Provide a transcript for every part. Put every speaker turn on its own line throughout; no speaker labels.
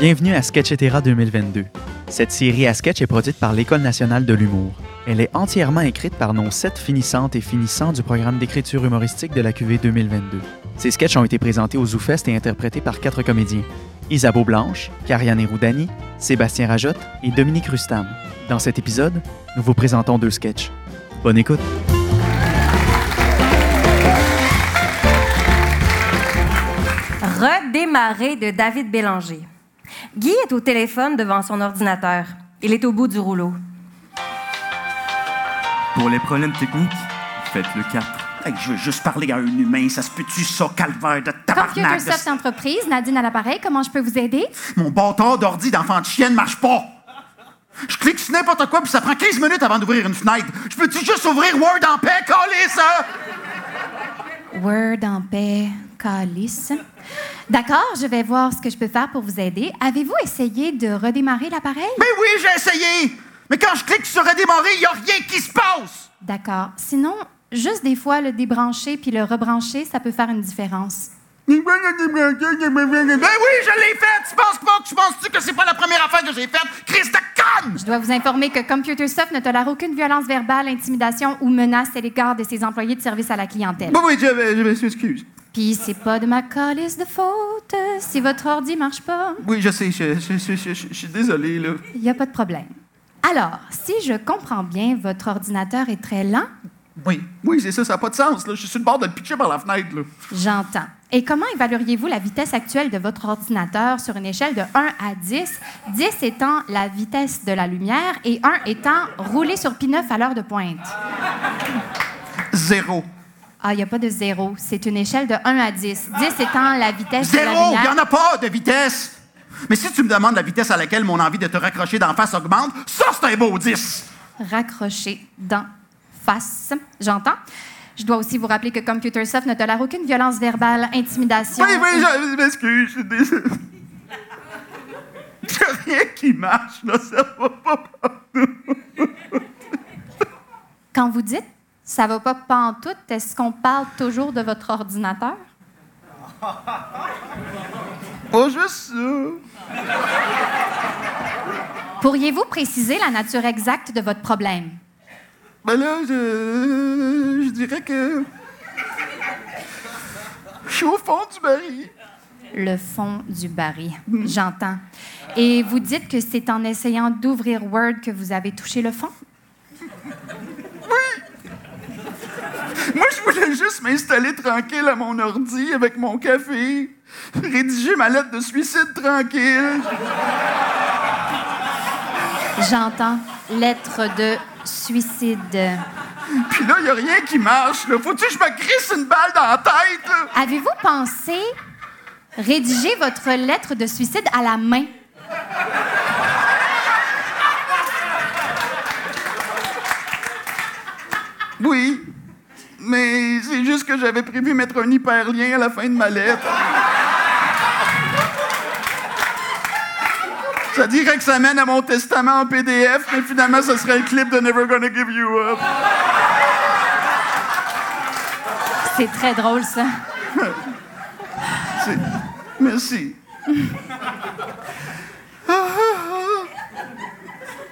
Bienvenue à Sketchetera 2022. Cette série à sketch est produite par l'École nationale de l'humour. Elle est entièrement écrite par nos sept finissantes et finissants du programme d'écriture humoristique de la QV 2022. Ces sketchs ont été présentés au ZooFest et interprétés par quatre comédiens. Isabeau Blanche, Kariane Roudani, Sébastien Rajotte et Dominique Rustam. Dans cet épisode, nous vous présentons deux sketchs. Bonne écoute!
Redémarrer de David Bélanger. Guy est au téléphone devant son ordinateur. Il est au bout du rouleau.
Pour les problèmes techniques, faites le 4.
Hey, je veux juste parler à un humain, ça se peut-tu ça, calvaire de tabarnak?
Computer
de-
Soft Entreprise, Nadine à l'appareil, comment je peux vous aider?
Mon bâtard d'ordi d'enfant de chien ne marche pas! Je clique sur n'importe quoi, puis ça prend 15 minutes avant d'ouvrir une fenêtre. Je peux-tu juste ouvrir Word en paix, hein? coller ça?
Word en paix, calice. D'accord, je vais voir ce que je peux faire pour vous aider. Avez-vous essayé de redémarrer l'appareil?
Mais oui, j'ai essayé! Mais quand je clique sur redémarrer, il n'y a rien qui se passe!
D'accord. Sinon, juste des fois, le débrancher puis le rebrancher, ça peut faire une différence.
Ben oui, Ben je l'ai fait! Tu penses pas que tu penses-tu que c'est pas la première affaire que j'ai faite? Chris de conne!
Je dois vous informer que Computer Soft ne tolère aucune violence verbale, intimidation ou menace à l'égard de ses employés de service à la clientèle.
Bon, oui, je, je m'excuse.
Puis c'est pas de ma calice de faute si votre ordi marche pas.
Oui, je sais, je, je- je- je- je- je suis désolé, là.
Il n'y a pas de problème. Alors, si je comprends bien, votre ordinateur est très lent,
Oui, oui, c'est ça, ça n'a pas de sens, là. Je suis sur le bord de le pitcher par la fenêtre, là.
j'entends. Et comment évalueriez-vous la vitesse actuelle de votre ordinateur sur une échelle de 1 à 10, 10 étant la vitesse de la lumière et 1 étant roulé sur P9 à l'heure de pointe?
Zéro.
Ah, il n'y a pas de zéro. C'est une échelle de 1 à 10. 10 étant la vitesse de la
Zéro! Il n'y
lumière.
en a pas de vitesse! Mais si tu me demandes la vitesse à laquelle mon envie de te raccrocher d'en face augmente, ça, c'est un beau 10!
raccroché d'en face. J'entends. Je dois aussi vous rappeler que ComputerSoft ne tolère aucune violence verbale, intimidation.
Oui, oui, je je m'excuse, je suis désolé. Il n'y a rien qui marche, là, ça va pas.
Quand vous dites ça va pas pantoute, est-ce qu'on parle toujours de votre ordinateur?
Pas juste ça.
Pourriez-vous préciser la nature exacte de votre problème?
Ben là, je, je dirais que... Je suis au fond du baril.
Le fond du baril. J'entends. Et vous dites que c'est en essayant d'ouvrir Word que vous avez touché le fond?
Moi, je voulais juste m'installer tranquille à mon ordi avec mon café, rédiger ma lettre de suicide tranquille.
J'entends. Lettre de suicide.
Puis là, y a rien qui marche. Là. Faut-tu que je me crisse une balle dans la tête? là?
Avez-vous pensé rédiger votre lettre de suicide à la main?
Oui. Mais c'est juste que j'avais prévu mettre un hyperlien à la fin de ma lettre. Ça dirait que ça mène à mon testament en PDF, mais finalement, ce serait le clip de Never Gonna Give You Up.
C'est très drôle, ça.
C'est- Merci.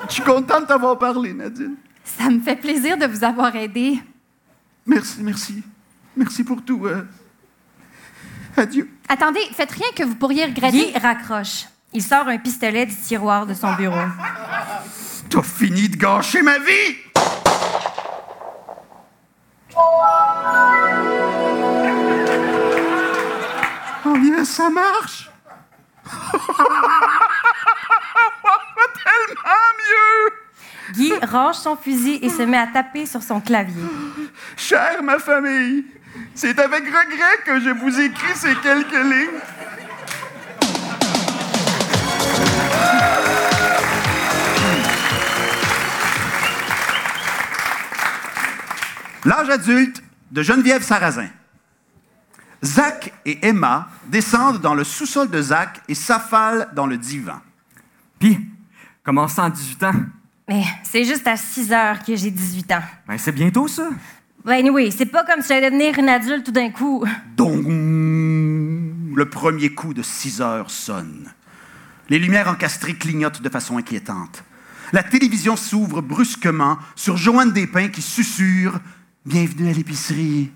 Je suis contente de t'avoir parlé, Nadine.
Ça me fait plaisir de vous avoir aidé.
Merci, merci. Merci pour tout. euh. Adieu.
Attendez, faites rien que vous pourriez regretter.
Guy raccroche. Il sort un pistolet du tiroir de son bureau.
T'as fini de gâcher ma vie! Oh yes, ça marche! Tellement mieux!
Guy range son fusil et se met à taper sur son clavier.
Chère ma famille, c'est avec regret que je vous écris ces quelques lignes. L'âge adulte de Geneviève Sarrazin. Zach et Emma descendent dans le sous-sol de Zach et s'affalent dans le divan.
Puis, commençant à 18 ans,
Mais c'est juste à 6 heures que j'ai 18 ans.
ben c'est bientôt ça.
Ben oui, c'est pas comme si j'allais devenir une adulte tout d'un coup.
Dong! Le premier coup de 6 heures sonne. Les lumières encastrées clignotent de façon inquiétante. La télévision s'ouvre brusquement sur Joanne Despins qui susurre Bienvenue à l'épicerie.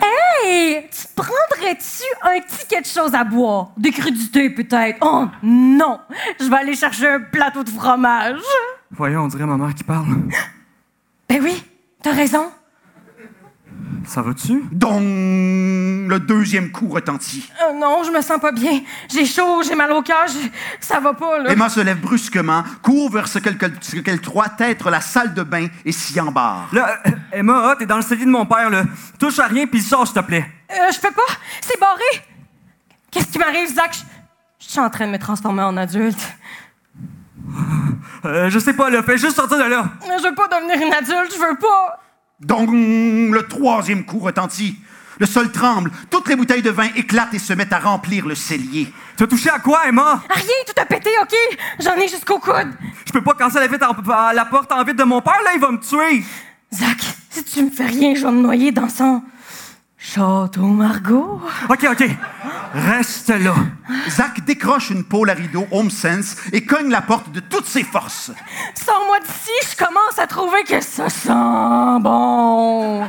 Hey! Tu prendrais-tu un petit quelque chose à boire? Des crudités, peut-être? Oh non! Je vais aller chercher un plateau de fromage.
Voyons, on dirait ma mère qui parle.
Ben oui, t'as raison.
Ça va-tu?
Dong Le deuxième coup retentit.
Euh, non, je me sens pas bien. J'ai chaud, j'ai mal au cœur, j'ai- ça va pas, là.
Emma se lève brusquement, court vers ce qu'elle ce qu'elle croit être la salle de bain et s'y embarre.
Là, euh, Emma, ah, t'es dans le cellier de mon père, là. Touche à rien, puis sors, s'il te plaît.
Euh, je peux pas, c'est barré. Qu'est-ce qui m'arrive, Zach? Je je suis en train de me transformer en adulte.
Euh, je sais pas, là. Fais juste sortir de là.
Mais Je veux pas devenir une adulte, je veux pas.
Dong Le troisième coup retentit. Le sol tremble, toutes les bouteilles de vin éclatent et se mettent à remplir le cellier.
T'as touché à quoi, Emma?
Ah, rien, tout a pété, OK? J'en ai jusqu'au coude.
Je peux pas casser la, vitre en- à la porte en vide de mon père, là. Il va me tuer.
Zach, si tu me fais rien, je vais me noyer dans son... Château Margot.
OK, OK. Reste là.
Zach décroche une pôle à rideau Home Sense et cogne la porte de toutes ses forces.
Sors-moi d'ici, je commence à trouver que ça sent bon.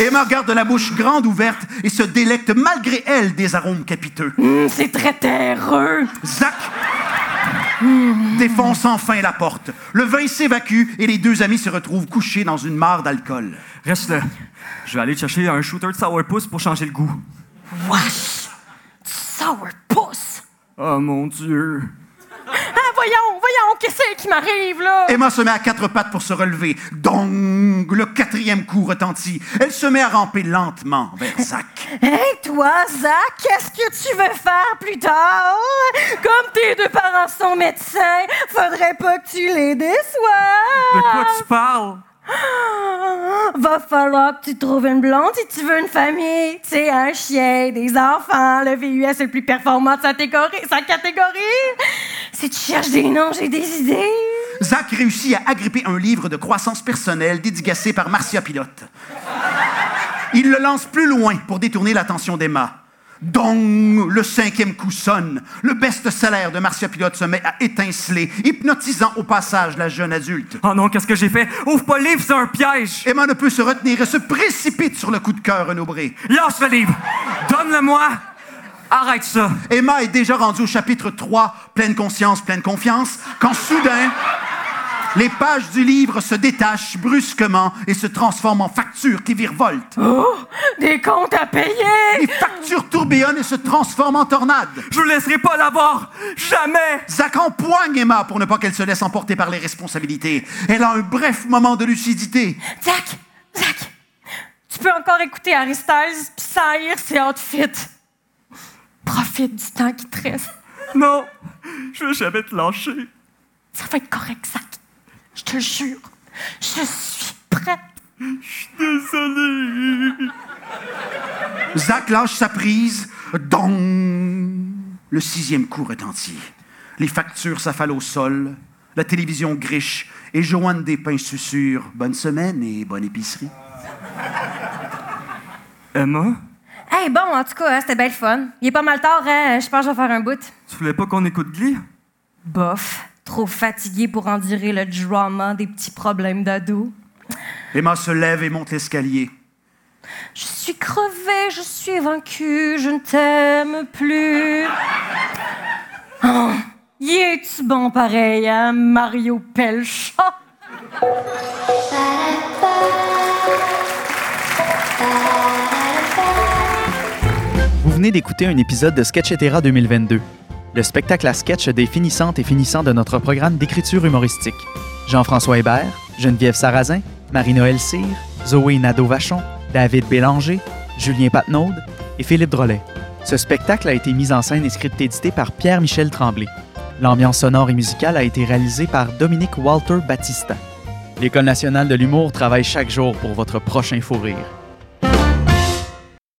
Emma garde la bouche grande ouverte et se délecte malgré elle des arômes capiteux.
Hum, c'est très terreux.
Zach défonce enfin la porte. Le vin s'évacue et les deux amis se retrouvent couchés dans une mare d'alcool.
Reste là. Je vais aller te chercher un shooter de sourpuss pour changer le goût.
Wesh! Tu sourpuss!
Oh mon Dieu.
Ah, voyons, voyons, qu'est-ce qui m'arrive,
Eh
là?
ben,
Emma se met à quatre pattes pour se relever. Dong Le quatrième coup retentit. Elle se met à ramper lentement vers Zach.
Hey, Hein, toi, Zach, qu'est-ce que tu veux faire plus tard? Comme tes deux parents sont médecins, faudrait pas que tu les
De quoi
déçoives!
tu parles?
Va falloir que tu trouves une blonde si tu veux une famille. Tu sais, un chien, des enfants, le VUS est le plus performant de sa catégorie. Sa catégorie. Si tu cherches des noms, j'ai des idées.
Zach réussit à agripper un livre de croissance personnelle dédicacé par Marcia Pilote. Il le lance plus loin pour détourner l'attention d'Emma. Dong! Le cinquième coup sonne. Le best-seller de Marcia Pilote se met à étinceler, hypnotisant au passage la jeune adulte.
Oh non, qu'est-ce que j'ai fait? Ouvre pas le livre, c'est un piège!
Emma ne peut se retenir et se précipite sur le coup de cœur renobré.
Lâche le livre! Donne-le-moi! Arrête ça!
Emma est déjà rendue au chapitre 3, pleine conscience, pleine confiance, quand soudain, les pages du livre se détachent brusquement et se transforment en factures qui virevoltent.
Des comptes à
Les
payer!
factures tourbillonnent et se transforment en tornades.
Je vous laisserai pas l'avoir! Jamais!
Zach empoigne Emma pour ne pas qu'elle se laisse emporter par les responsabilités. Elle a un bref moment de lucidité.
Zach! Zach! Tu peux encore écouter Harry Styles pis saillir ses outfits. Profite du temps qui te reste.
Non! Je vais jamais te lâcher!
Ça va être correct, Zach. Je te jure. Je suis prête.
Désolé!
Zach lâche sa prise. Dong! Le sixième coup retentit. Les factures s'affalent au sol. La télévision griche. Et Joanne Despins susurre Bonne semaine et bonne épicerie.
Emma,
Hey, bon, en tout cas, hein, c'était belle fun. Il est pas mal tard, hein? Je pense que je vais faire un bout.
tu voulais pas qu'on écoute Glee?
Bof. Trop fatiguée pour endurer le drama des petits problèmes d'ado.
Emma se lève et monte l'escalier.
Je suis crevée, je suis vaincue, je ne t'aime plus. Oh, y es-tu bon pareil, hein, Mario Pelcha?
Vous venez d'écouter un épisode de Sketchetera 2022, le spectacle à sketch des finissantes et finissants de notre programme d'écriture humoristique. Jean-François Hébert, Geneviève Sarrazin, Marie-Noël Cyr, Zoé Nadeau-Vachon, David Bélanger, Julien Patnaud et Philippe Drolet. Ce spectacle a été mis en scène et script-édité par Pierre-Michel Tremblay. L'ambiance sonore et musicale a été réalisée par Dominique Walter Battista. L'École nationale de l'humour travaille chaque jour pour votre prochain fou rire.